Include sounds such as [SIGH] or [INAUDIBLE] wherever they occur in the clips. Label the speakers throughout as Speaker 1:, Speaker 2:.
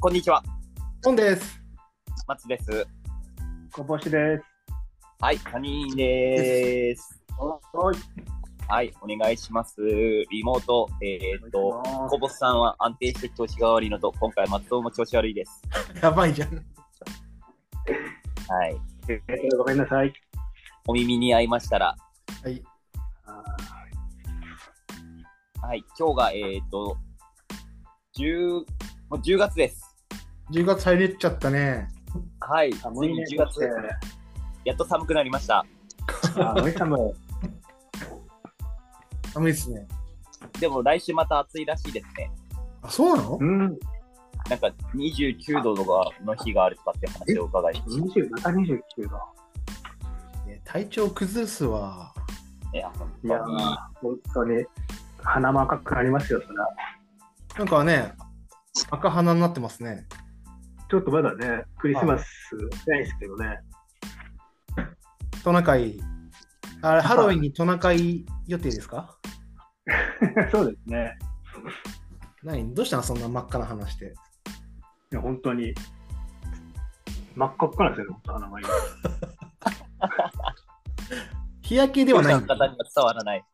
Speaker 1: こんにちは、
Speaker 2: 本です。
Speaker 1: 松です。
Speaker 3: こぼしです。
Speaker 1: はい、谷井です。
Speaker 3: はい。
Speaker 1: はい、お願いします。リモート、えーっと、コボスさんは安定して調子が悪いのと、今回松尾も調子悪いです。
Speaker 2: やばいじゃん。
Speaker 1: はい、
Speaker 3: えーごめんなさい。
Speaker 1: お耳に合いましたら、
Speaker 2: はい。
Speaker 3: あ
Speaker 1: はい、今日が、えーっと、10、もう10月です。
Speaker 2: 10月入れちゃったね。
Speaker 1: はい、
Speaker 3: ー
Speaker 1: ついに10月、やっと寒くなりました。
Speaker 3: あー、おいさも。
Speaker 2: 寒いっすね。
Speaker 1: でも来週また暑いらしいですね。
Speaker 2: あ、そうなの
Speaker 3: うん。
Speaker 1: なんか29度とかの日があるとかって話を伺いまし
Speaker 3: 二十、また二十九度。
Speaker 2: ね体調崩すわ。
Speaker 1: た。いや、本
Speaker 3: いやー
Speaker 1: 当に。、
Speaker 3: 本当に。鼻も赤くなりますよ、それは。
Speaker 2: なんかね、赤鼻になってますね。
Speaker 3: ちょっとまだね、クリスマスないですけどね。
Speaker 2: トナカイ。あれ、ハロウィンにトナカイ予定ですか
Speaker 3: [LAUGHS] そうですね。
Speaker 2: 何どうしたのそんな真っ赤な話して。
Speaker 3: いや、本当に。真っ赤っかなんですよね、本当、鼻が今。
Speaker 2: 日焼けではない
Speaker 1: 視聴者の方には伝わらない。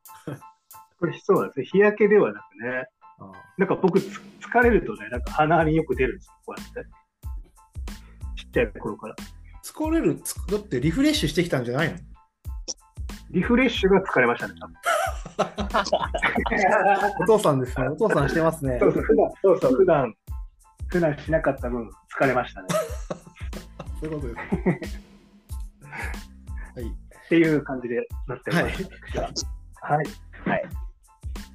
Speaker 3: これ、そうなんですね。日焼けではなくね。
Speaker 2: あ
Speaker 3: なんか僕つ、疲れるとね、なんか鼻によく出るんですよ、こうやって。ちっちゃい頃から。
Speaker 2: 疲れるつだってリフレッシュしてきたんじゃないの
Speaker 3: リフレッシュが疲れましたね、多
Speaker 2: [LAUGHS]
Speaker 3: 分
Speaker 2: お父さんですね。お父さんしてますね
Speaker 3: [LAUGHS] そ。うそう、普段、そうそう、普段、普段しなかった分、疲れましたね。
Speaker 2: そういうことです。
Speaker 3: [LAUGHS]
Speaker 2: はい。
Speaker 3: っていう感じでなっており
Speaker 2: は
Speaker 3: ま
Speaker 2: い
Speaker 3: す。。はい。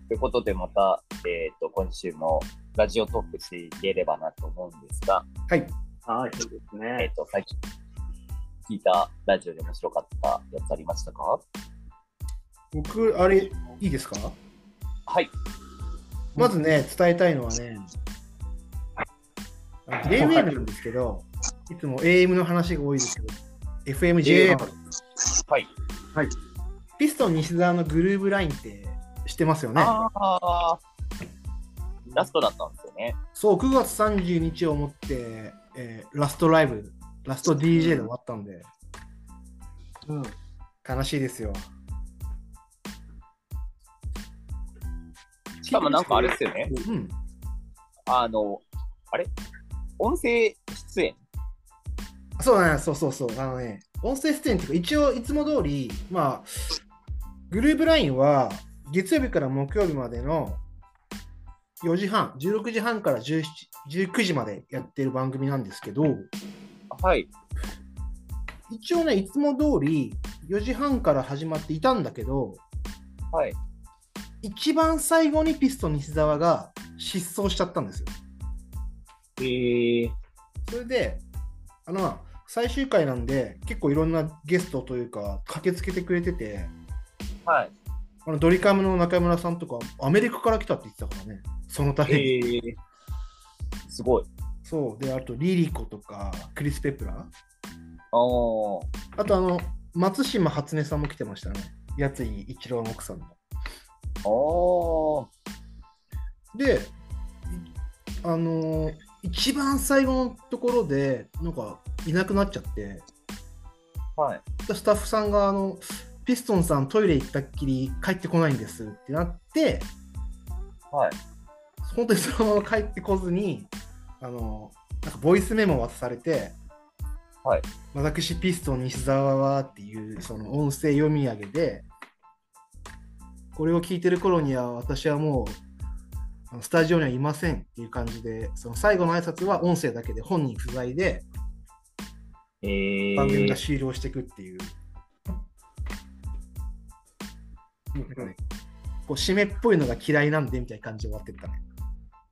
Speaker 1: ということで、また、えっ、と、今週もラジオトークしていければなと思うんですが、
Speaker 2: はい。
Speaker 3: はい、そうです
Speaker 1: えっ、
Speaker 3: ね。
Speaker 1: と、最近聞いたラジオで面白かったやつありましたか
Speaker 2: 僕、あれ、いいですか
Speaker 1: はい。
Speaker 2: まずね、伝えたいのはね、あの JWAVE なんですけど、いつも AM の話が多いですけど、FMJA、
Speaker 1: はい。
Speaker 2: ピストン西澤のグルーブラインって知ってますよね。
Speaker 1: ああー、ラストだったんですよね。
Speaker 2: そう、9月30日をもって、えーラストライブ、ラスト DJ で終わったんで、
Speaker 3: うん。
Speaker 2: 悲しいですよ。
Speaker 1: しかもなんかあれですよね。
Speaker 2: うん。
Speaker 1: あの、あれ音声出演
Speaker 2: そうだね、そうそうそう。あのね、音声出演っていうか、一応いつも通り、まあ、グループラインは月曜日から木曜日までの4時半、16時半から17 19時までやってる番組なんですけど、
Speaker 1: はい。
Speaker 2: 一応ね、いつも通り4時半から始まっていたんだけど、
Speaker 1: はい。
Speaker 2: 一番最後にピストン西澤が失踪しちゃったんですよ。
Speaker 1: えー、
Speaker 2: それで、あの、まあ最終回なんで、結構いろんなゲストというか、駆けつけてくれてて、
Speaker 1: はい。
Speaker 2: あのドリカムの中村さんとか、アメリカから来たって言ってたからね、そのために。
Speaker 1: えー、すごい。
Speaker 2: そう、で、あと、リリコとか、クリス・ペプラー。
Speaker 1: あー、
Speaker 2: あと、あの、松島初音さんも来てましたね。やつい一郎の奥さんの。
Speaker 1: あー、
Speaker 2: で、いあのー一番最後のところで、なんか、いなくなっちゃって、
Speaker 1: はい。
Speaker 2: スタッフさんが、あの、ピストンさんトイレ行ったっきり帰ってこないんですってなって、
Speaker 1: はい。
Speaker 2: 本当にそのまま帰ってこずに、あの、なんかボイスメモを渡されて、
Speaker 1: はい。
Speaker 2: 私、ピストン西澤はっていう、その音声読み上げで、これを聞いてる頃には私はもう、あのスタジオにはいませんっていう感じで、その最後の挨拶は音声だけで本人不在で
Speaker 1: えー、
Speaker 2: 番組が終了していくっていう。なんかねこう締めっぽいのが嫌いなんでみたいな感じで終わってったね。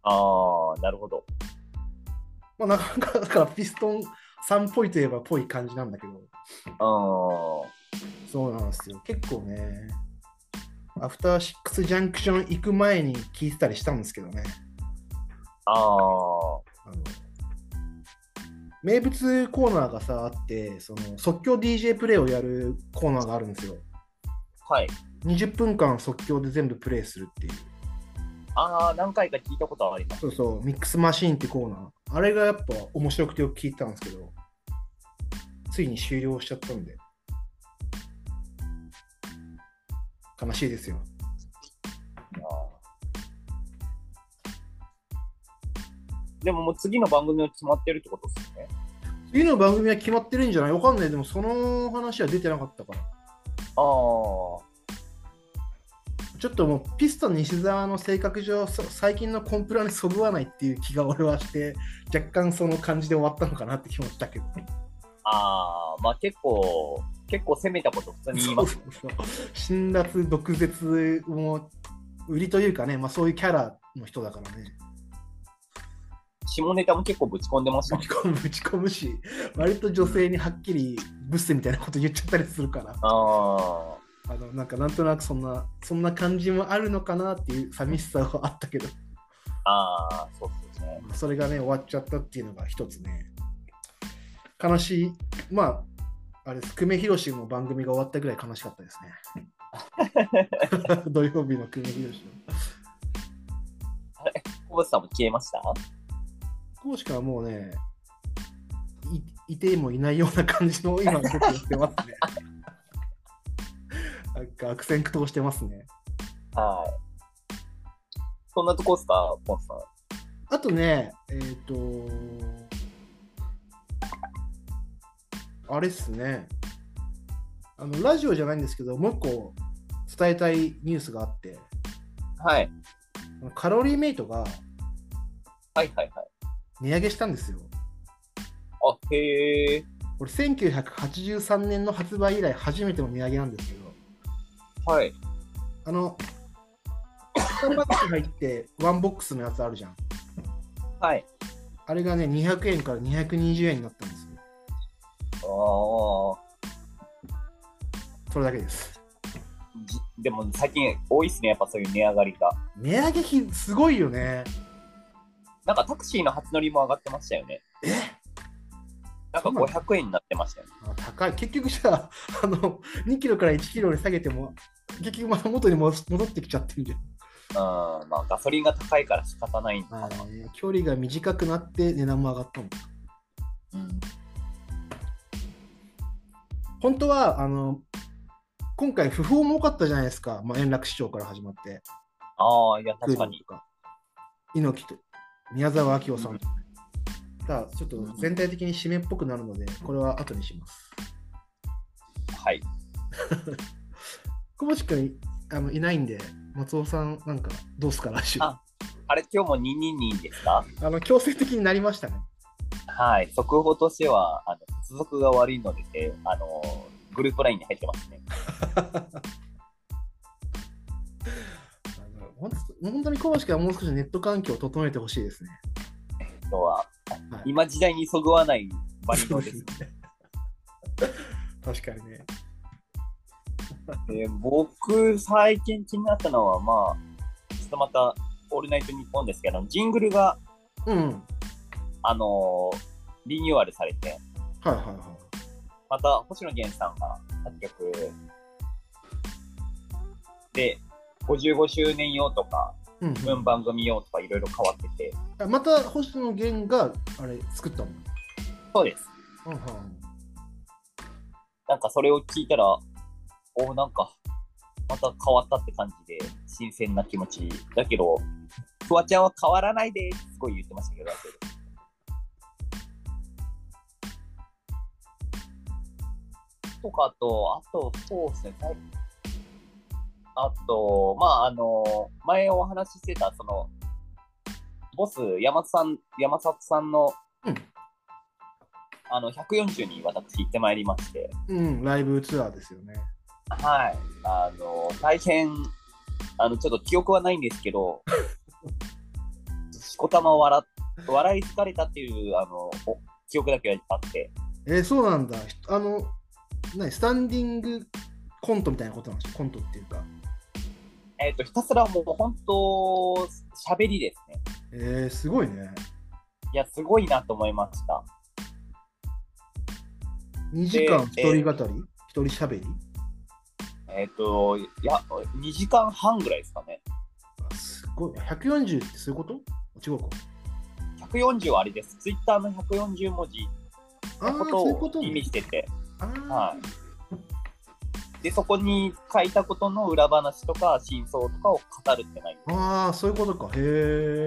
Speaker 1: ああ、なるほど。
Speaker 2: まあ、なかなかだからピストンさんっぽいといえばぽい感じなんだけど、
Speaker 1: あ
Speaker 2: そうなんですよ。結構ね、アフターシックスジャンクション行く前に聞いてたりしたんですけどね、
Speaker 1: あ、あ
Speaker 2: あの名物コーナーがさ、あって、その即興 DJ プレイをやるコーナーがあるんですよ。
Speaker 1: あ、はい。
Speaker 2: 20分間即興で全部プレイするっていう。
Speaker 1: ああ、何回か聞いたことあります。
Speaker 2: そうそう、ミックスマシーンってコーナー。あれがやっぱ面白くてよく聞いたんですけど、ついに終了しちゃったんで。悲しいですよ。
Speaker 1: でももう次の番組は決まってるってことですよね。
Speaker 2: 次の番組は決まってるんじゃないわかんない。でもその話は出てなかったから。
Speaker 1: ああ。
Speaker 2: ちょっともうピストン西澤の性格上、そ最近のコンプラにそぐわないっていう気が俺はして、若干その感じで終わったのかなって気もしたけど。
Speaker 1: ああ、まあ結構、結構攻めたこと普通に言いますね。
Speaker 2: そうそうそう辛辣、毒舌も売りというかね、まあ、そういうキャラの人だからね、
Speaker 1: 下ネタも結構ぶち込んでました
Speaker 2: ぶ
Speaker 1: ね
Speaker 2: ち。込む [LAUGHS] ぶち込むし、割と女性にはっきりブスみたいなこと言っちゃったりするから、
Speaker 1: ああ。
Speaker 2: あのなんかなんとなくそんなそんな感じもあるのかなっていう寂しさはあったけど、
Speaker 1: ああ、そうですね。
Speaker 2: それがね、終わっちゃったっていうのが一つね、悲しい、まあ、あれです、久米宏の番組が終わったぐらい悲しかったです [LAUGHS] ね。土曜日の久米宏の。
Speaker 1: 小渕さんも消えました
Speaker 2: コウシカはもうね、いいてもいないような感じの今、僕やってますね。なんか悪戦苦闘してますね。
Speaker 1: はい。そんなとこですか、ポンさん。
Speaker 2: あとね、えっ、と、あれっすねあの、ラジオじゃないんですけど、もう一個伝えたいニュースがあって、
Speaker 1: はい。
Speaker 2: あのカロリーメイトが
Speaker 1: はいはいはい。
Speaker 2: 値上げしたんですよ。
Speaker 1: あ、へえ。
Speaker 2: これ、1983年の発売以来初めての値上げなんですけど、
Speaker 1: はい。
Speaker 2: あの、3パック入ってワンボックスのやつあるじゃん。
Speaker 1: はい。
Speaker 2: あれがね、200円から220円になったんです
Speaker 1: あ
Speaker 2: よ。
Speaker 1: あ。
Speaker 2: それだけです。
Speaker 1: じでも最近多いですね、やっぱそういう値上がりが。
Speaker 2: 値上げ費すごいよね。
Speaker 1: なんかタクシーの初乗りも上がってましたよね。なんか
Speaker 2: そうなの
Speaker 1: 500円になってましたよね。
Speaker 2: あ高い。結局じゃあ、 [LAUGHS] あの、2キロから1キロに下げても、結局また元に戻す戻ってきちゃってるじゃん。
Speaker 1: うん、まあガソリンが高いから仕方ないんだ
Speaker 2: あのね距離が短くなって値段も上がったの。本当は、あの、今回不法も多かったじゃないですか。まあ、円楽市長から始まって。
Speaker 1: ああ、いや、
Speaker 2: ク
Speaker 1: 確か
Speaker 2: ール
Speaker 1: に
Speaker 2: と。か、猪木と宮沢明夫さんとかね、ただちょっと全体的に締めっぽくなるので、これは後にします。
Speaker 1: はい。
Speaker 2: 小星君あのいないんで、松尾さん、なんかどうすか、来週。あ
Speaker 1: ああれ、今日も222ですか
Speaker 2: の強制的になりましたね。
Speaker 1: はい。速報としては、あの接続が悪いので、えあのグループラインに入ってますね。
Speaker 2: あの本当本当に小星君はもう少しネット環境を整えてほしいですね。
Speaker 1: 今日は、
Speaker 2: はい
Speaker 1: 今時代にそぐわないバリのです
Speaker 2: ね。確かにね。
Speaker 1: で僕、最近気になったのは、まあ、ちょっとまた、オールナイトニッポンですけど、ジングルが、
Speaker 2: うん。
Speaker 1: あのーリニューアルされて、
Speaker 2: はいはいは
Speaker 1: また、星野源さんが作曲で、55周年用とか、
Speaker 2: い。うん
Speaker 1: 文番組用とかいろいろ変わってて、
Speaker 2: あまた星野源があれ作ったの。
Speaker 1: そうです。
Speaker 2: うんうん
Speaker 1: なんかそれを聞いたら、おなんか、また変わったって感じで、新鮮な気持ち。だけど、フワちゃんは変わらないで、すごい言ってましたけど、とかと、あと、そうですね、最あと、まあ、あの、前お話ししてた、その、ボス、山里さん、山里さんの、
Speaker 2: うん
Speaker 1: あの、140に私行ってまいりまして、
Speaker 2: うん、ライブツアーですよね。
Speaker 1: はい、あの大変あのちょっと記憶はないんですけど、 [LAUGHS] しこたま笑っ笑い疲れたっていうあのお記憶だけはあって、
Speaker 2: えーそうなんだ。ひあの、何、スタンディングコントみたいなことなんですよ。コントっていうか。
Speaker 1: えっとひたすらもう本当喋りですね。
Speaker 2: えー、すごいね。
Speaker 1: いやすごいなと思いました。
Speaker 2: 2時間一
Speaker 1: で
Speaker 2: 人語り、一人しゃべり
Speaker 1: えっ、といや2時間半ぐらいですかね。
Speaker 2: あすごい140ってそういうこと違うか。
Speaker 1: 140はあれです。ツイッターの140文字
Speaker 2: ああ、
Speaker 1: のこ
Speaker 2: そういうことと
Speaker 1: を意味
Speaker 2: ね。
Speaker 1: してて、
Speaker 2: あ
Speaker 1: は
Speaker 2: あ
Speaker 1: で、そこに書いたことの裏話とか真相とかを語るってない。
Speaker 2: ああ、そういうことか。へえ、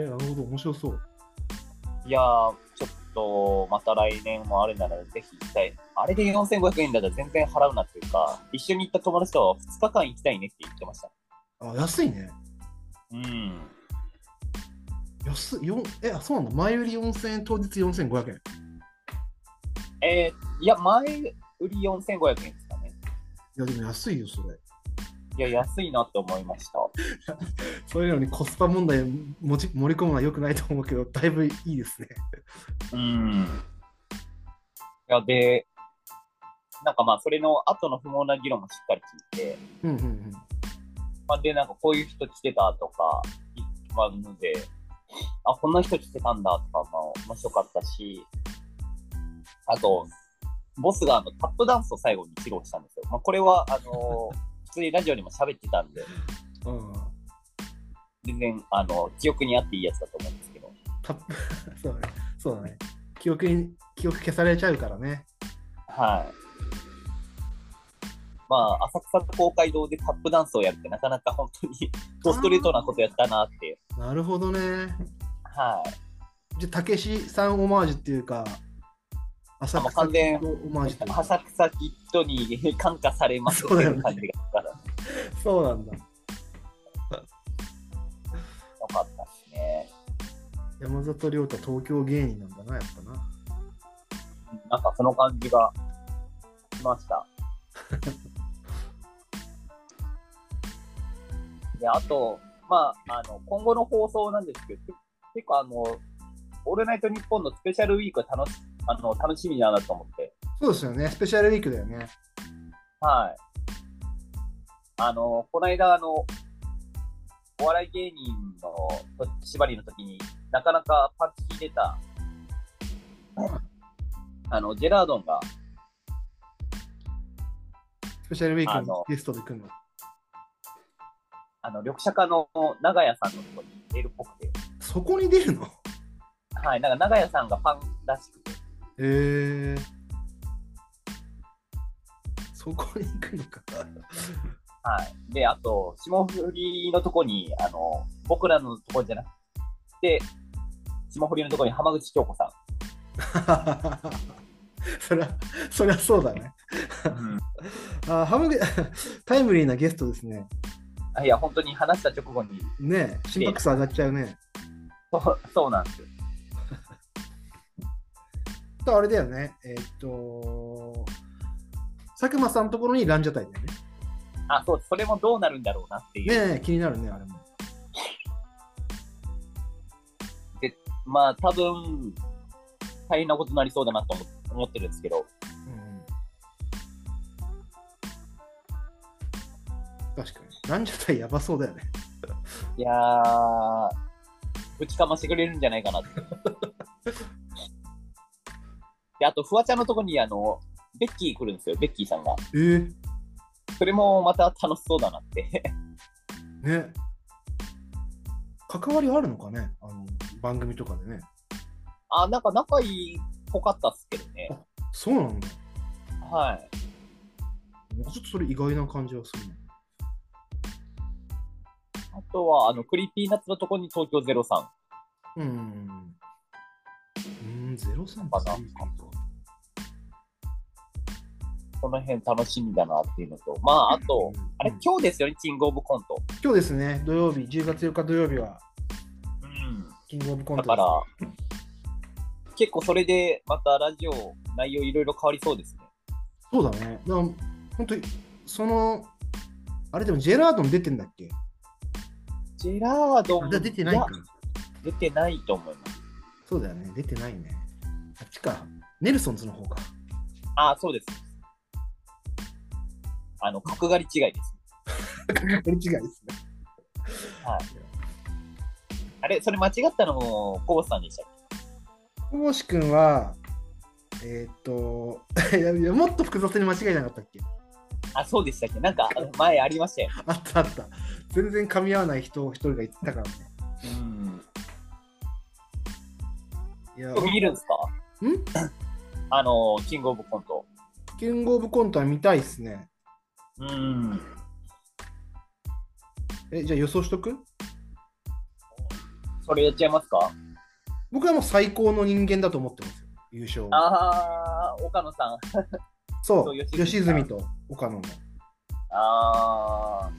Speaker 2: なるほど、面白そう。
Speaker 1: いやー、ちょっとまた来年もあれならぜひ行きたい。あれで4500円だったら全然払うなっていうか、一緒に行った友達とは2日間行きたいねって言ってました。
Speaker 2: あ安いね。
Speaker 1: うん。
Speaker 2: 安い。よんえ、あそうなんだ。前売り4000円、当日4500円。
Speaker 1: えー、いや、前売り4500円ですかね。
Speaker 2: いや、でも安いよ、それ。
Speaker 1: いや、安いなって思いました。
Speaker 2: そういうのにコスパ問題持ち盛り込むのは良くないと思うけど、だいぶいいですね。
Speaker 1: うん。いや、で、なんかまあ、それの後の不毛な議論もしっかり聞いて、
Speaker 2: うんうんうん。
Speaker 1: まあ、で、なんかこういう人来てたとか、いまあ、ので、あ、こんな人来てたんだとか、まあ、面白かったし、あと、ボスがあのタップダンスを最後に披露したんですよ。まあ、これは、あの普通にラジオにも喋ってたんで、
Speaker 2: あ
Speaker 1: 全然、あの、記憶にあっていいやつだと思うんですけど。
Speaker 2: タップそうだね。そうだね。記憶に、記憶消されちゃうからね。
Speaker 1: はい。まあ、浅草公会堂でタップダンスをやるって、なかなか本当にドストレートなことやったなって。
Speaker 2: なるほどね。
Speaker 1: はい。
Speaker 2: じゃあ、たけしさんオマージュっていうか、浅
Speaker 1: あもう完全
Speaker 2: オマージュっていうか。
Speaker 1: 浅草キッドに感化されますっていう感じがしたら、よ
Speaker 2: そうなんだ。
Speaker 1: かったですね。
Speaker 2: 山里亮太、東京芸人なんだな、やっぱな。
Speaker 1: [LAUGHS] なんかその感じがしま [LAUGHS] した。で、あと、まあ、あの、今後の放送なんですけど、て結構あの、オールナイトニッポンのスペシャルウィークは楽し、あの、楽しみだなと思って。
Speaker 2: そうですよね。スペシャルウィークだよね。
Speaker 1: はい。あの、この間、あの、お笑い芸人のと縛りの時になかなかパンチ出た、あの、ジェラードンが、
Speaker 2: スペシャルウィーク
Speaker 1: あの
Speaker 2: のゲストで来るの。
Speaker 1: あの、緑茶家の長屋さんのとこに出るっぽくて、
Speaker 2: そこに出るの
Speaker 1: はい、なんか長屋さんがファンらしくて、
Speaker 2: へえ。そこに行くのか。 [LAUGHS]
Speaker 1: はい。で、あと、霜降りのとこに、あの、僕らのとこじゃなくて、霜降りのとこに浜口京子さん
Speaker 2: そりゃ、そりゃそうだね。あ、ハムゲ、 [LAUGHS] タイムリーなゲストですね。
Speaker 1: あ。いや、本当に話した直後に、
Speaker 2: ねえ心拍数上がっちゃうね。
Speaker 1: そうそうなんですよ。
Speaker 2: と、あれだよね。えーっと、佐久間さんのところにランジャタイだよね。
Speaker 1: あ、そう、それもどうなるんだろうなっていう。
Speaker 2: ねえ気になるね、あれも。
Speaker 1: まあ、多分、大変なことになりそうだなと思思ってるんですけど、
Speaker 2: うん確かに。ランジャタイやばそうだよね。
Speaker 1: いやー、ぶちかましてくれるんじゃないか [LAUGHS] なって。で、あと、フワちゃんのとこに、あの、ベッキー来るんですよ、ベッキーさんが。
Speaker 2: え
Speaker 1: それもまた楽しそうだなって。
Speaker 2: えね関わりはあるのかねあの番組とかでね。
Speaker 1: あ、なんか仲いいっぽかったっすけどね。
Speaker 2: そうなんだ。
Speaker 1: はい。
Speaker 2: なんかちょっとそれ意外な感じはするね
Speaker 1: あとは、あの、クリーピーナッツのとこに東京03。
Speaker 2: うんうんうん。うん、ゼロ三
Speaker 1: かなこの辺楽しみだなっていうのと、まあ、あと、あれ、今日ですよね、キングオブコント。
Speaker 2: 今日ですね、土曜日、10月4日土曜日は、
Speaker 1: うん。
Speaker 2: キングオブコン
Speaker 1: だ
Speaker 2: ト
Speaker 1: か
Speaker 2: です
Speaker 1: ら、結構それでまたラジオ内容いろいろ変わりそうですね。
Speaker 2: そうだね。だから本当に、その、あれでもジェラードン出てんだっけ
Speaker 1: ジェラード
Speaker 2: あ
Speaker 1: ン
Speaker 2: じゃあ出てないか
Speaker 1: や。出てないと思います。
Speaker 2: そうだよね、出てないね。あっちか、ネルソンズの方か。
Speaker 1: ああ、そうです。あの、角刈り違いです。
Speaker 2: これ [LAUGHS] 違いですね。
Speaker 1: あれ、それ間違ったのも、コボさんでしたっ
Speaker 2: 小星君は、えーっと [LAUGHS] いやいや、もっと複雑に間違いなかったっけ
Speaker 1: けあ、そうでしたっけなんか、あの前ありましたよ。
Speaker 2: あったあった。全然噛み合わない人を一人が言ってたからね。
Speaker 1: うん。
Speaker 2: い [LAUGHS] や、
Speaker 1: 見るんですか
Speaker 2: ん
Speaker 1: あの、キングオブコント。
Speaker 2: キングオブコントは見たいっすね。
Speaker 1: うん。
Speaker 2: え、じゃあ予想しとく
Speaker 1: それやっちゃいますか
Speaker 2: 僕はもう最高の人間だと思ってますよ、優勝は。
Speaker 1: あー、岡野さん。
Speaker 2: そ
Speaker 1: そう
Speaker 2: う、
Speaker 1: 良純さ
Speaker 2: 吉
Speaker 1: ん
Speaker 2: 住と岡野の。
Speaker 1: あ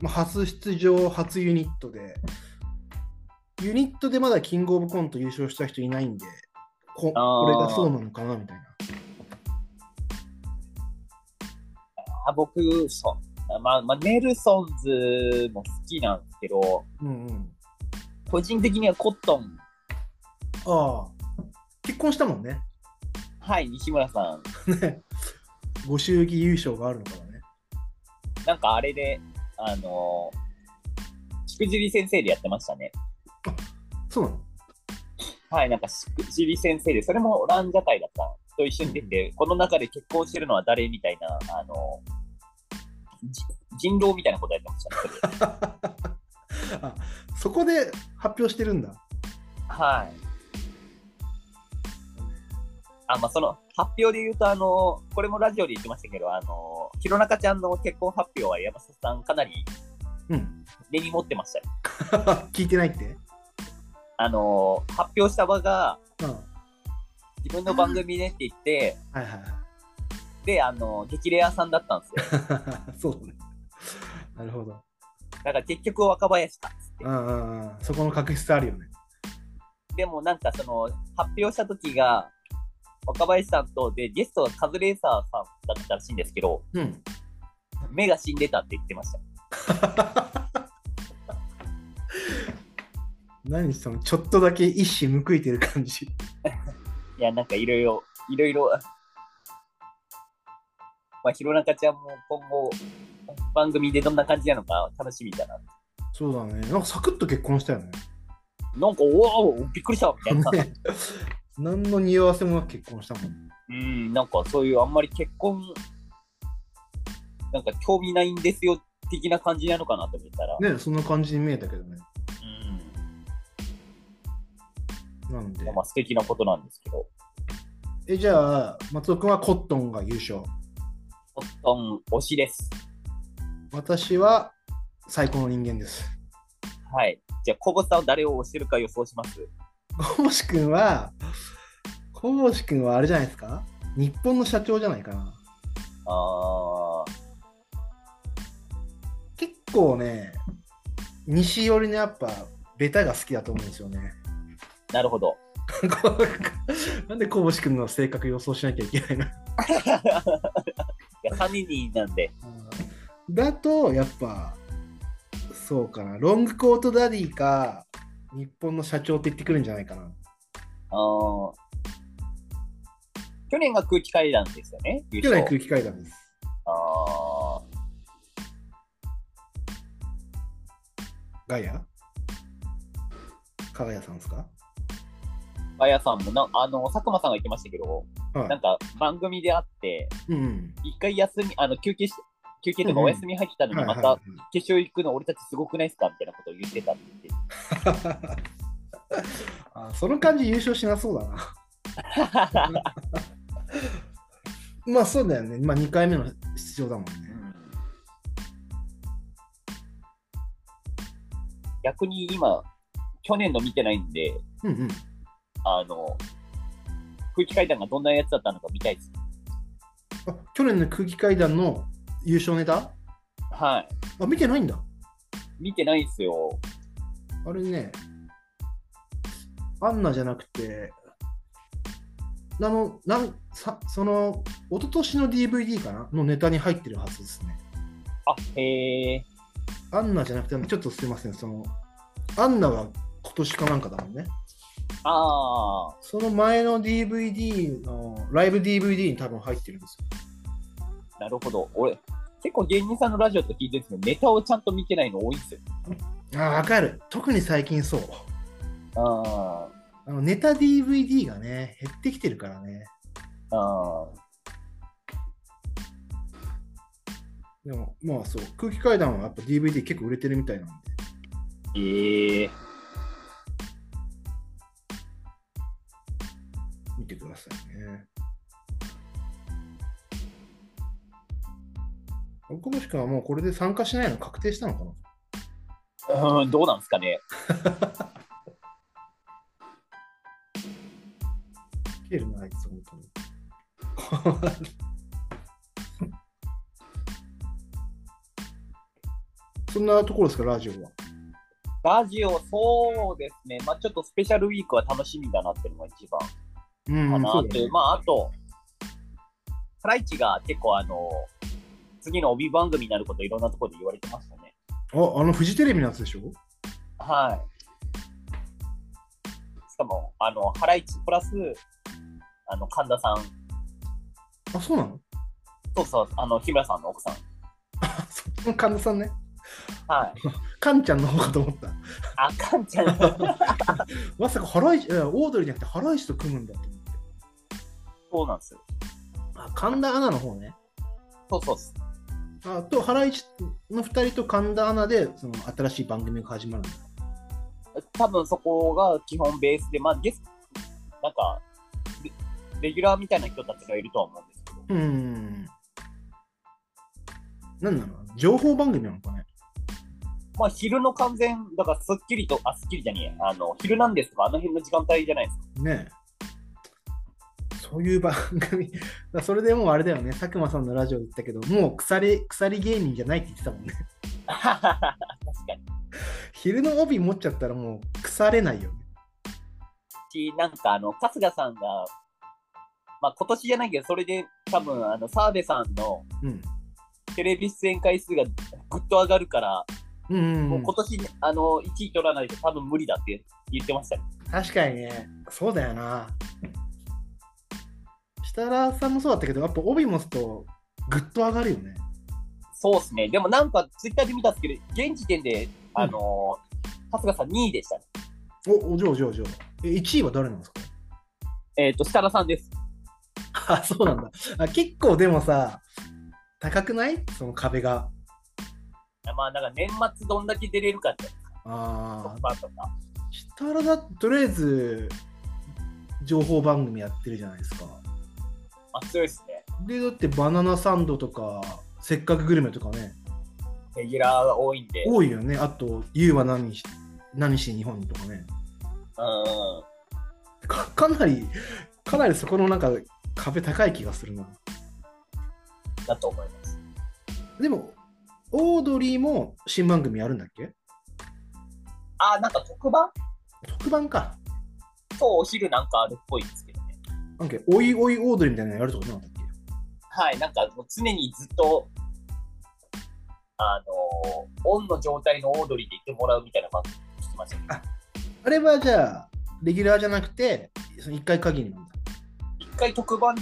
Speaker 2: まあ、初出場、初ユニットで。ユニットでまだキングオブコント優勝した人いないんで、こ
Speaker 1: あー
Speaker 2: これがそうなのかなみたいな。
Speaker 1: ーあ、僕、そう。まあ、まあ、ネルソンズも好きなんですけど、
Speaker 2: うんうん。
Speaker 1: 個人的にはコットン、
Speaker 2: ああ。結婚したもんね。
Speaker 1: はい、西村さん。
Speaker 2: ね。ご祝儀優勝があるのかもね。
Speaker 1: なんかあれで、あのー、しくじり先生でやってましたね。
Speaker 2: そうなの
Speaker 1: はい、なんかしくじり先生で、それもランジャタイだったと一緒に出て、この中で結婚してるのは誰みたいな、あのー、じ人狼みたいなことやってましたね。それ
Speaker 2: あそこで発表してるんだ。
Speaker 1: はい。あ、まあ、その、発表で言うと、あのー、これもラジオで言ってましたけど、あのー、弘中ちゃんの結婚発表は山下さんかなり
Speaker 2: うん。
Speaker 1: 根に持ってましたよ。
Speaker 2: 聞いてないって。
Speaker 1: あのー、発表した場が、
Speaker 2: うん。は
Speaker 1: 自分の番組ねって言って、
Speaker 2: いはいは
Speaker 1: で、あの、激レアさんだったんですよ。
Speaker 2: [LAUGHS] い。そうだね。なるほど。
Speaker 1: だから結局若林かっつって
Speaker 2: う。んうんうん。そこの確執あるよね。
Speaker 1: でもなんかその、発表した時が、若林さんと、で、ゲストがカズレーザーさんだったらしいんですけど、
Speaker 2: うん。
Speaker 1: 目が死んでたって言ってました。
Speaker 2: 何そのちょっとだけ一矢報いてる感じ。
Speaker 1: いや、なんかいろいろ、いろいろ、まあ、弘中ちゃんも今後、番組でどんな感じなのか楽しみだな。
Speaker 2: そうだね。なんかサクッと結婚したよね。
Speaker 1: なんか、おおびっくりしたみたいな。
Speaker 2: [LAUGHS] ね何の匂わせもなく結婚したもん。
Speaker 1: うん、なんかそういうあんまり結婚、なんか興味ないんですよ的な感じなのかなと思ったら。
Speaker 2: ねそんな感じに見えたけどね。なんで
Speaker 1: うん。。まあ素敵なことなんですけど。
Speaker 2: え、じゃあ、松尾君はコットンが優勝。
Speaker 1: コットン推しです。
Speaker 2: 私は最高の人間です。
Speaker 1: はい。じゃあ、コボさんは誰を推してるか予想します。
Speaker 2: コウシ君は、コウシ君はあれじゃないですか日本の社長じゃないかな。
Speaker 1: あー
Speaker 2: 結構ね、西寄りのやっぱ、ベタが好きだと思うんですよね。 [LAUGHS]
Speaker 1: なるほど。
Speaker 2: なんでコウシ君の性格予想しなきゃいけないの
Speaker 1: いや、サニーなんで。
Speaker 2: だと、やっぱ、そうかな。ロングコートダディか、日本の社長って言ってくるんじゃないかな。
Speaker 1: あー去年が空気階段ですよね。優
Speaker 2: 去
Speaker 1: 勝
Speaker 2: 年空気階段です。
Speaker 1: あー
Speaker 2: ガイア加賀谷さんですか
Speaker 1: ガヤさんもな、あの、佐久間さんが言ってましたけど、
Speaker 2: はい
Speaker 1: なんか番組であって、
Speaker 2: うんうん。
Speaker 1: 一回休み、あの休憩し、休憩とか
Speaker 2: うんうん
Speaker 1: お休み入ったの
Speaker 2: は
Speaker 1: に、
Speaker 2: いは
Speaker 1: ま
Speaker 2: い
Speaker 1: た
Speaker 2: はい
Speaker 1: 決勝行くの俺たちすごくないですかみたいなことを言ってたって言って、
Speaker 2: あその感じ優勝しなそうだな。
Speaker 1: [LAUGHS]
Speaker 2: まあそうだよね。まあ2回目の出場だもんね。
Speaker 1: 逆に今、去年の見てないんで、
Speaker 2: うんうん。
Speaker 1: あの、空気階段がどんなやつだったのか見たいです。
Speaker 2: あ去年の空気階段の優勝ネタ
Speaker 1: はい。
Speaker 2: あ、見てないんだ。
Speaker 1: 見てないですよ。
Speaker 2: あれね、アンナじゃなくて、あの、なんさその、一昨年の DVD かなのネタに入ってるはずですね。
Speaker 1: あ、へえ。
Speaker 2: アンナじゃなくて、ちょっとすいません、その、アンナは今年かなんかだもんね。
Speaker 1: ああ、
Speaker 2: その前の DVD の、ライブ DVD に多分入ってるんですよ。
Speaker 1: なるほど。俺、結構芸人さんのラジオと聞いてるんですけど、ネタをちゃんと見てないの多いんですよ。
Speaker 2: ああ、わかる。特に最近そう。
Speaker 1: あ
Speaker 2: あのネタ DVD がね、減ってきてるからね。
Speaker 1: あ、ああ、
Speaker 2: でも、まあそう、空気階段はやっぱ DVD 結構売れてるみたいなんで、
Speaker 1: ええ
Speaker 2: 見てくださいね。奥星君はもうこれで参加しないの確定したのかな
Speaker 1: うん、どうなんですかね。
Speaker 2: 来てるな、あいつ、本当に。 [LAUGHS] そんなところですか、ラジオは。
Speaker 1: ラジオ、そうですね。まあちょっとスペシャルウィークは楽しみだなっていうのが一番
Speaker 2: うん
Speaker 1: かな
Speaker 2: そ
Speaker 1: っ
Speaker 2: う
Speaker 1: て
Speaker 2: だ
Speaker 1: いう。
Speaker 2: ね
Speaker 1: まああと、ハライチが結構あの、次の帯番組になることいろんなところで言われてましたね。
Speaker 2: あ、あのフジテレビのやつでしょ
Speaker 1: はい。しかも、あの、ハライチプラス、あの、神田さん、
Speaker 2: あ、そうなの
Speaker 1: そうそう、あの、日村さんの奥さん。
Speaker 2: あ、そっちの神田さんね。
Speaker 1: はい。
Speaker 2: カンちゃんの方かと思った。
Speaker 1: あかんちゃ [LAUGHS] ん。
Speaker 2: まさかハライチ、いやオードリーじゃなくてハライチと組むんだと思って。
Speaker 1: そうなんですよ。
Speaker 2: あ、神田アナの方ね。
Speaker 1: そうそうっす。
Speaker 2: あと、ハライチの2人と神田アナで、その新しい番組が始まるんだ。
Speaker 1: 多分そこが基本ベースで、まあ、ゲスなんかレ、レギュラーみたいな人たちがいるとは思うんですけど、
Speaker 2: うん。なんなの情報番組なのかね
Speaker 1: まあ、昼の完全、だから、スッキリと、あ、スッキリじゃねえ、あの、昼なんですとか、あの辺の時間帯じゃないですか。
Speaker 2: ねえ。そういう番組。 [LAUGHS] だからそれでもうあれだよね。佐久間さんのラジオで言ったけど、もう鎖、鎖芸人じゃないって言ってたもんね。 [LAUGHS]
Speaker 1: 確 [LAUGHS] かに。
Speaker 2: 昼の帯持っちゃったらもう腐れないよね。
Speaker 1: し、なんか、あの、春日さんが、まあ、今年じゃないけど、それで、多分、あの、澤部さんの
Speaker 2: うん。
Speaker 1: テレビ出演回数がぐっと上がるから、
Speaker 2: うんうんう、
Speaker 1: もうん今年、あの、1位取らないと多分無理だって言ってましたね。
Speaker 2: 確かにね。そうだよな。設楽さんもそうだったけど、やっぱ帯持つとぐっと上がるよね。
Speaker 1: そうですね。でもなんか、ツイッターで見たんですけど、現時点で、あのー春日さん2位でしたね。
Speaker 2: お、お嬢、お嬢、お嬢。え、1位は誰なんですか
Speaker 1: えっ、と、設楽さんです。
Speaker 2: あ、そうなんだ。あ結構でもさ、高くないその壁が。
Speaker 1: まあ、なんか年末どんだけ出れるかって、
Speaker 2: ああ。
Speaker 1: まあとか。
Speaker 2: 設楽だってとりあえず、情報番組やってるじゃないですか。
Speaker 1: まあ、強いですね。
Speaker 2: で、だってバナナサンドとか、せっかくグルメとかね、
Speaker 1: レギュラーが多いんで。うん。
Speaker 2: 多いよね。あと、ゆうは何し何しに日本にとかね。かかなり、かなりそこのなんか壁高い気がするな。
Speaker 1: だと思います。
Speaker 2: でも、オードリーも新番組やるんだっけ
Speaker 1: あ、なんか特番
Speaker 2: 特番か。
Speaker 1: そう、お昼なんかあるっぽいんですけどね。
Speaker 2: なんか、おいおいオードリーみたいなのやるとかなかったっけ
Speaker 1: はい、なんかもう常にずっと、あのーオンの状態のオードリーでいてもらうみたいな感じ聞きましたね。
Speaker 2: あれはじゃあ、レギュラーじゃなくて、その1回限りなんだ。
Speaker 1: 一回特番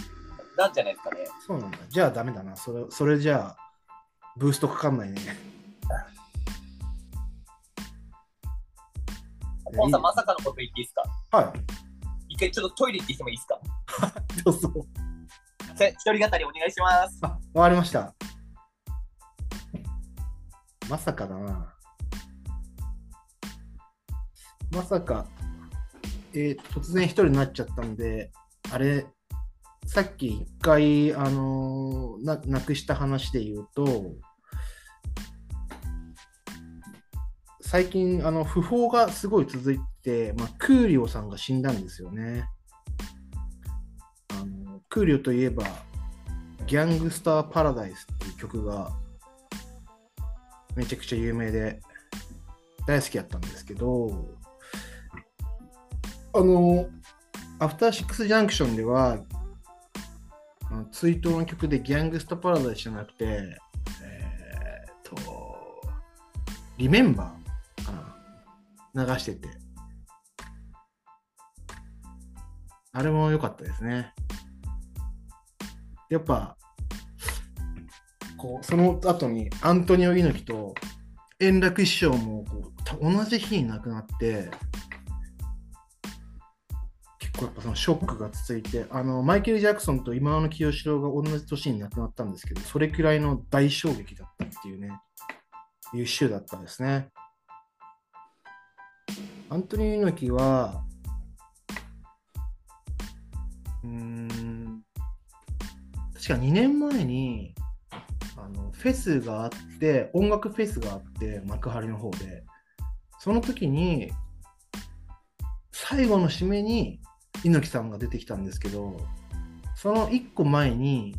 Speaker 1: なんじゃないですかね。
Speaker 2: そうなんだ。じゃあダメだな。それそれじゃあ、ブーストかかんないね。
Speaker 1: ポンさん、まさかのこと言っていいですか
Speaker 2: は
Speaker 1: 一回ちょっとトイレ行ってきてもいいですか
Speaker 2: い。どうぞ。
Speaker 1: じゃあ一人語りお願いします。
Speaker 2: あ、わかりました。まさかだな。まさか、えー突然一人になっちゃったんで、あれ、さっき一回、あのーな、なくした話で言うと、最近、あの、不法がすごい続いて、まあ、クーリオさんが死んだんですよね。あのクーリオといえば、ギャングスターパラダイスっていう曲がめちゃくちゃ有名で大好きだったんですけど、あの、アフターシックスジャンクションでは、あの追悼の曲でギャングスターパラダイスじゃなくて、えーっと、リメンバーかな流してて。あれも良かったですね。やっぱ、こう、その後にアントニオ猪木と円楽師匠もこうた同じ日に亡くなって、結構やっぱそのショックが続いて、あの、マイケル・ジャクソンと今の清志郎が同じ年に亡くなったんですけど、それくらいの大衝撃だったっていうね、いう週だったんですね。アントニー猪木は、うーん、確か2年前に、あのフェスがあって、音楽フェスがあって、幕張の方で、その時に、最後の締めに猪木さんが出てきたんですけど、その1個前に、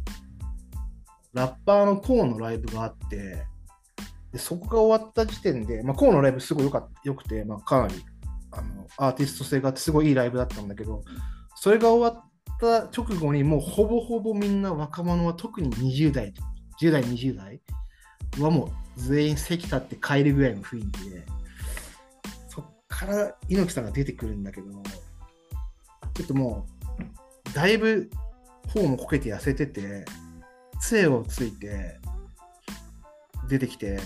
Speaker 2: ラッパーのコーのライブがあって、でそこが終わった時点で、まあ、コーのライブすごいよかっよくて、まあ、かなりあのアーティスト性があってすごいいいライブだったんだけどそれが終わった直後にもうほぼほぼみんな若者は特に20代10代20代はもう全員席立って帰るぐらいの雰囲気でそっから猪木さんが出てくるんだけどちょっともうだいぶ頬もこけて痩せてて杖をついて出てきて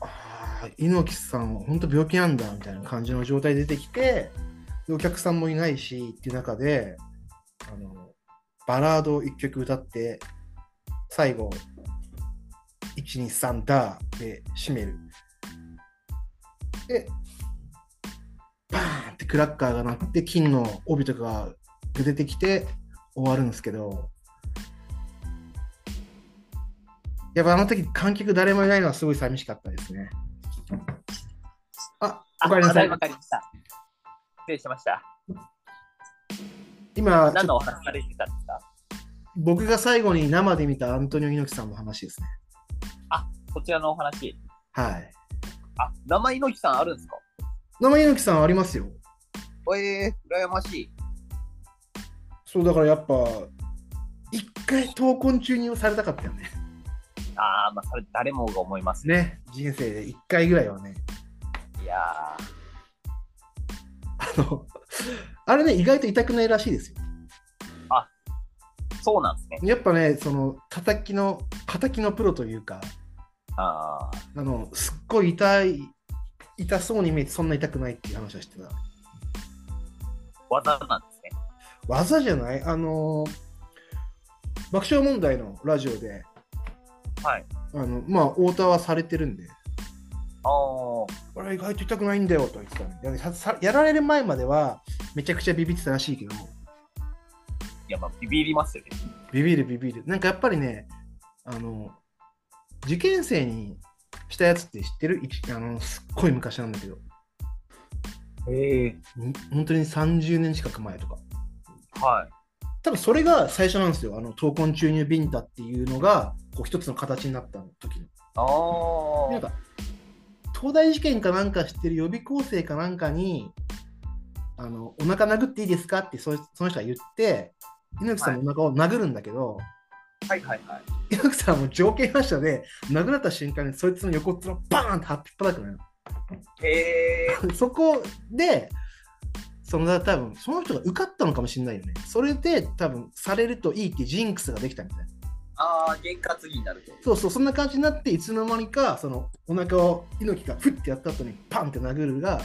Speaker 2: ああ猪木さんは本当病気なんだみたいな感じの状態で出てきてでお客さんもいないしっていう中であのバラードを1曲歌って最後123ダーで締めるでバーンってクラッカーが鳴って金の帯とかが出てきて終わるんですけどやっぱあの時観客誰もいないのはすごい寂しかったですね。あ、おかえりなさい
Speaker 1: わ。かりました。失礼しました。
Speaker 2: 今、ちょっ
Speaker 1: 何の
Speaker 2: と
Speaker 1: お話されてたんですか
Speaker 2: 僕が最後に生で見たアントニオ猪木さんの話ですね。
Speaker 1: こちらのお話。
Speaker 2: はい。
Speaker 1: あ、名前猪木さんあるんですか
Speaker 2: 生猪木さんありますよ。
Speaker 1: ええー、羨ましい。
Speaker 2: そう、だからやっぱ、一回闘魂注入されたかったよね。
Speaker 1: ああ、まあ、それ誰もが思いますね。
Speaker 2: ね、人生で一回ぐらいはね。
Speaker 1: いや
Speaker 2: あの、あれね、意外と痛くないらしいですよ。
Speaker 1: ー、そうなんですね。
Speaker 2: やっぱね、その、叩きの、叩きのプロというか、
Speaker 1: ああ、
Speaker 2: あの、すっごい痛い、痛そうに見えて、そんな痛くないっていう話はしてた。
Speaker 1: 技なんですね。
Speaker 2: 技じゃないあのー爆笑問題のラジオで、
Speaker 1: はい。
Speaker 2: あの、まあ、太田はされてるんで、
Speaker 1: ああ、
Speaker 2: 俺は意外と痛くないんだよと言ってたね。やささやられる前までは、めちゃくちゃビビってたらしいけど、
Speaker 1: いや、まあ、ビビりますよね。
Speaker 2: ビビるビビる。なんかやっぱりね、あの、受験生にしたやつって知ってる一あの、すっごい昔なんだけど、
Speaker 1: ええ
Speaker 2: ほん本当に30年近く前とか。
Speaker 1: はい。
Speaker 2: 多分それが最初なんですよ。あの、闘魂注入ビンタっていうのが、こう一つの形になった時の。なん
Speaker 1: あ
Speaker 2: か東大受験かなんかしてる予備校生かなんかにあのお腹殴っていいですかってそその人が言って猪木さんのお腹を殴るんだけど、
Speaker 1: あ、はいはいはい。
Speaker 2: 猪木さんはもう条件反射で殴られた瞬間にそいつの横っ面をバーンって張ってっぱなくなる
Speaker 1: ええ
Speaker 2: そこでその多分その人が受かったのかもしれないよねそれで多分されるといいってジンクスができたみたいな
Speaker 1: ああ、験担ぎになると。
Speaker 2: そうそうそんな感じになっていつの間にかそのお腹を猪木がフッてやった後にパンって殴るが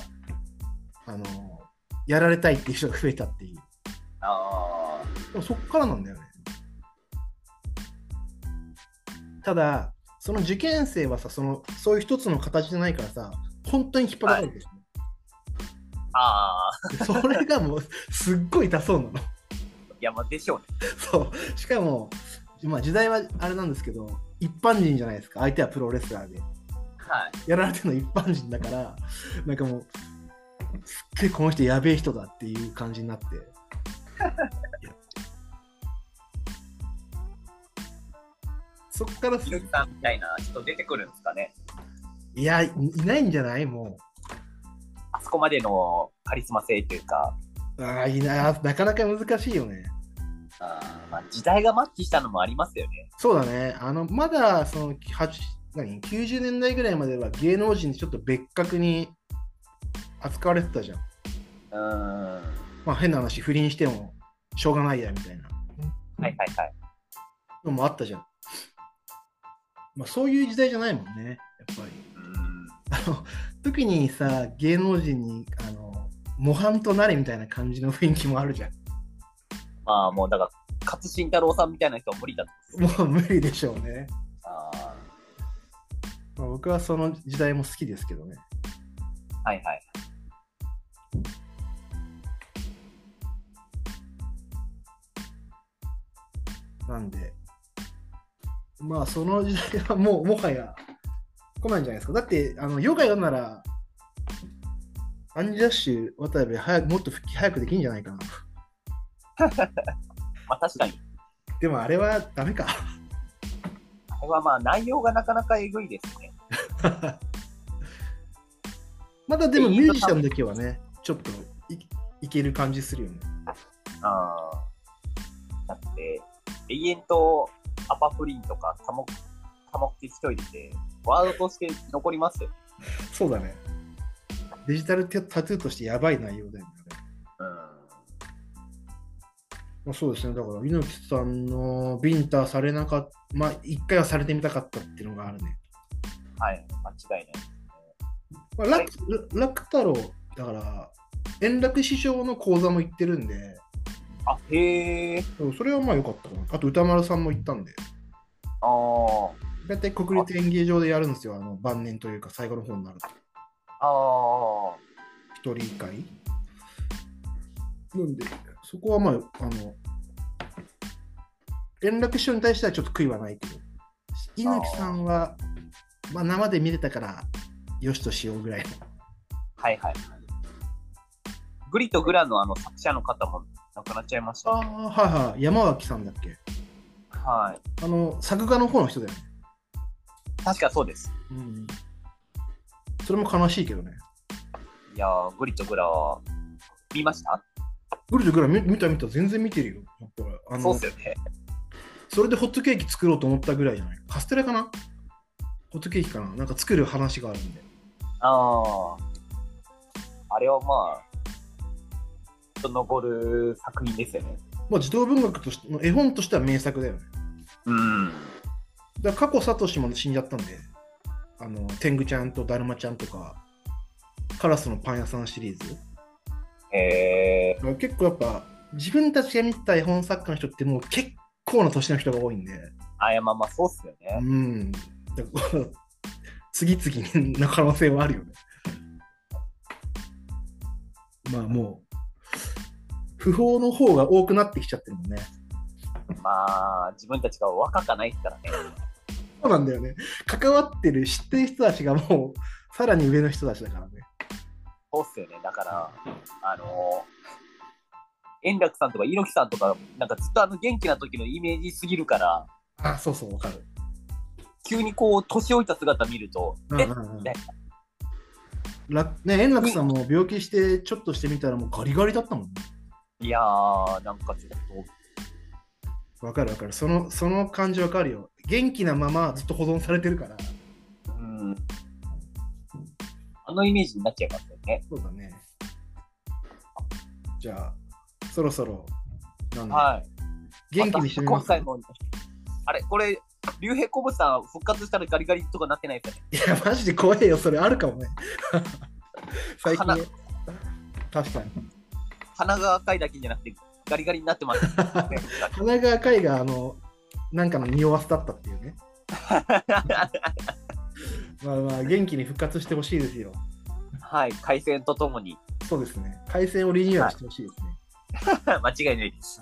Speaker 2: あのやられたいっていう人が増えたっていう
Speaker 1: あ
Speaker 2: でもそっからなんだよねただその受験生はさそのそういう一つの形じゃないからさ本当に引っ張られるんですね、
Speaker 1: あ、ああ、
Speaker 2: でそれがもうすっごい痛そうなの
Speaker 1: いや、まあ、でしょうね。
Speaker 2: そうしかも、まあ、時代はあれなんですけど一般人じゃないですか相手はプロレスラーで
Speaker 1: はい。
Speaker 2: やられてるの一般人だから、なんかもう、すっげえこの人やべえ人だっていう感じになって。 [LAUGHS] いやそっから、
Speaker 1: 猪木さんみたいな人出てくるんですかね。
Speaker 2: いや、いいないんじゃないも
Speaker 1: あそこまでのカリスマ性というか、
Speaker 2: う。ああ、いない、あーなかなか難しいよね。
Speaker 1: あーまあ、時代がマッチしたのもありますよね。
Speaker 2: そうだね。あの、まだ、その、はち何 ?90 年代ぐらいまでは芸能人ちょっと別格に扱われてたじゃん。
Speaker 1: うーん。は
Speaker 2: まあ、変な話、不倫してもしょうがないや、みたいな。
Speaker 1: いはいはい。
Speaker 2: のもあったじゃん。まあ、そういう時代じゃないもんね、やっぱり。
Speaker 1: うん。
Speaker 2: あの時にさ、芸能人にあの模範となれみたいな感じの雰囲気もあるじゃん。
Speaker 1: まあ、もうだから、勝新太郎さんみたいな人は無理だと。
Speaker 2: もう無理でしょうね。
Speaker 1: あ
Speaker 2: まあ、僕はその時代も好きですけどね。
Speaker 1: あ、はいはい。
Speaker 2: なんで、まあその時代はもうもはや来ないんじゃないですか。だって、あのヨガやるなら、アンジャッシュ渡辺早く、もっと復帰早くできんじゃないかな。
Speaker 1: まあ確かに。
Speaker 2: でもあれはダメか。
Speaker 1: これはまあ内容がなかなかえぐいですね。
Speaker 2: [LAUGHS] まだでもミュージシャンの時はね、ちょっといいける感じするよね。
Speaker 1: あーだって、永遠とアパフリンとか多目多目的トイレでワードとして残りますよ。
Speaker 2: そうだね。デジタルタトゥーとしてやばい内容だよね。
Speaker 1: う
Speaker 2: あれまあ、そうですね、だから猪木さんのビンタされなかった、まあ、一回はされてみたかったっていうのがあるね。
Speaker 1: ん。はい、間違いない。
Speaker 2: まあ、楽楽太郎、だから、円楽師匠の講座も行ってるんで、
Speaker 1: あ、へえ。
Speaker 2: それはまあ良かったかな。あと歌丸さんも行ったんで、
Speaker 1: ああ。
Speaker 2: 大体国立演芸場でやるんですよ、あの晩年というか、最後の方になると。
Speaker 1: ああ。
Speaker 2: 一人会なんで、そこはまあ、あの、円楽師匠に対してはちょっと悔いはないけど、猪木さんは、まあ、生で見れたから、よしとしようぐらいの。
Speaker 1: はいはい。グリとグラのあの作者の方も亡くなっちゃいましたね、
Speaker 2: あ、はいはい。山脇さんだっけ
Speaker 1: は
Speaker 2: あの、作画の方の人だよね。
Speaker 1: い。確かそうです。
Speaker 2: うん。それも悲しいけどね。
Speaker 1: いやー、グリとグラ、見ました
Speaker 2: グルトグラ見見た見た、全然見てるよ。やっぱあ
Speaker 1: そう
Speaker 2: の
Speaker 1: っすよね。
Speaker 2: それでホットケーキ作ろうと思ったぐらいじゃないカステラかなホットケーキかななんか作る話があるんで。
Speaker 1: ああ。あれはまあ、ちょっと残る作品ですよね。
Speaker 2: まあ、児童文学としての絵本としては名作だよね。
Speaker 1: うん。
Speaker 2: だから過去、サトシも死んじゃったんで、あの天狗ちゃんとだるまちゃんとか、カラスのパン屋さんシリーズ。
Speaker 1: へえ。
Speaker 2: だから結構やっぱ、自分たちが見た絵本作家の人って、もう結構な年の人が多いんで、
Speaker 1: あ、いや、まあまあ、そうっすよ
Speaker 2: う
Speaker 1: ね。
Speaker 2: ん、だから次々にな可能性はあるよね。まあもう、不法の方が多くなってきちゃってるもんね。
Speaker 1: まあ、自分たちが若かないですからね。
Speaker 2: そうなんだよね。関わってる、知ってる人たちがもう、さらに上の人たちだからね。
Speaker 1: そうっすよね。だから、あの円楽さんとか猪木さんとか、なんかずっとあの元気な時のイメージすぎるから、
Speaker 2: あ、そうそう、わかる。
Speaker 1: 急にこう、年老いた姿見ると、
Speaker 2: うんう
Speaker 1: え
Speaker 2: んうん
Speaker 1: ね
Speaker 2: らね、円楽さんも病気して、ちょっとしてみたら、もうガリガリだったもんね。
Speaker 1: いやー、なんかちょっ
Speaker 2: わかるわかる。その、その感じわかるよ。元気なままずっと保存されてるから。
Speaker 1: と、うん、あのイメージになっちゃいますよね。
Speaker 2: そうだね。じゃあ、そろそろ、なんだ、
Speaker 1: はい。
Speaker 2: 元気にしてみます
Speaker 1: また今回も、あれ、これ、竜兵コブさん復活したらガリガリとかなってないですよね。
Speaker 2: いや、マジで怖いよ、それある
Speaker 1: [LAUGHS]
Speaker 2: かもね。最近
Speaker 1: 鼻、
Speaker 2: 確かに。
Speaker 1: 鼻が赤いだけじゃなくて、ガリガリになってます、ね。
Speaker 2: 鼻が赤いが、あの、なんかの匂わせだったっ
Speaker 1: [LAUGHS]
Speaker 2: ていうね。まあまあ、元気に復活してほしいですよ。
Speaker 1: はい、回線とともに、 [LAUGHS]
Speaker 2: そうですね。回線をリニューアルしてほしいですね。
Speaker 1: 間違いないです。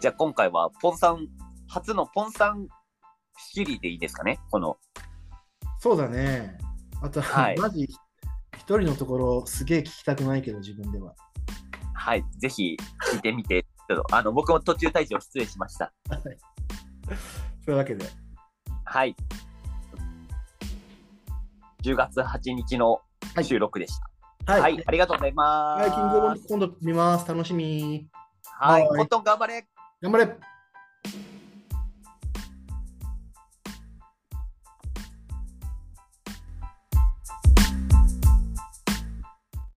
Speaker 1: じゃあ今回は、ポンさん、初のポンさん仕切りでいいですかね、この。
Speaker 2: そうだね。あと、
Speaker 1: はい
Speaker 2: マジ、一人のところ、すげえ聞きたくないけど、自分では。
Speaker 1: はい、ぜひ聞いてみて、ちょっとあの僕も途中退場失礼しました。
Speaker 2: そういうわけで、
Speaker 1: はい。10月8日の
Speaker 2: はい
Speaker 1: 収録でした。
Speaker 2: は。
Speaker 1: はいい、ありがとうございま
Speaker 2: はい、
Speaker 1: す。
Speaker 2: キングオブコント今度見ます。楽しみ。
Speaker 1: はい、
Speaker 2: はい
Speaker 1: コットン頑張れ。
Speaker 2: 頑張れ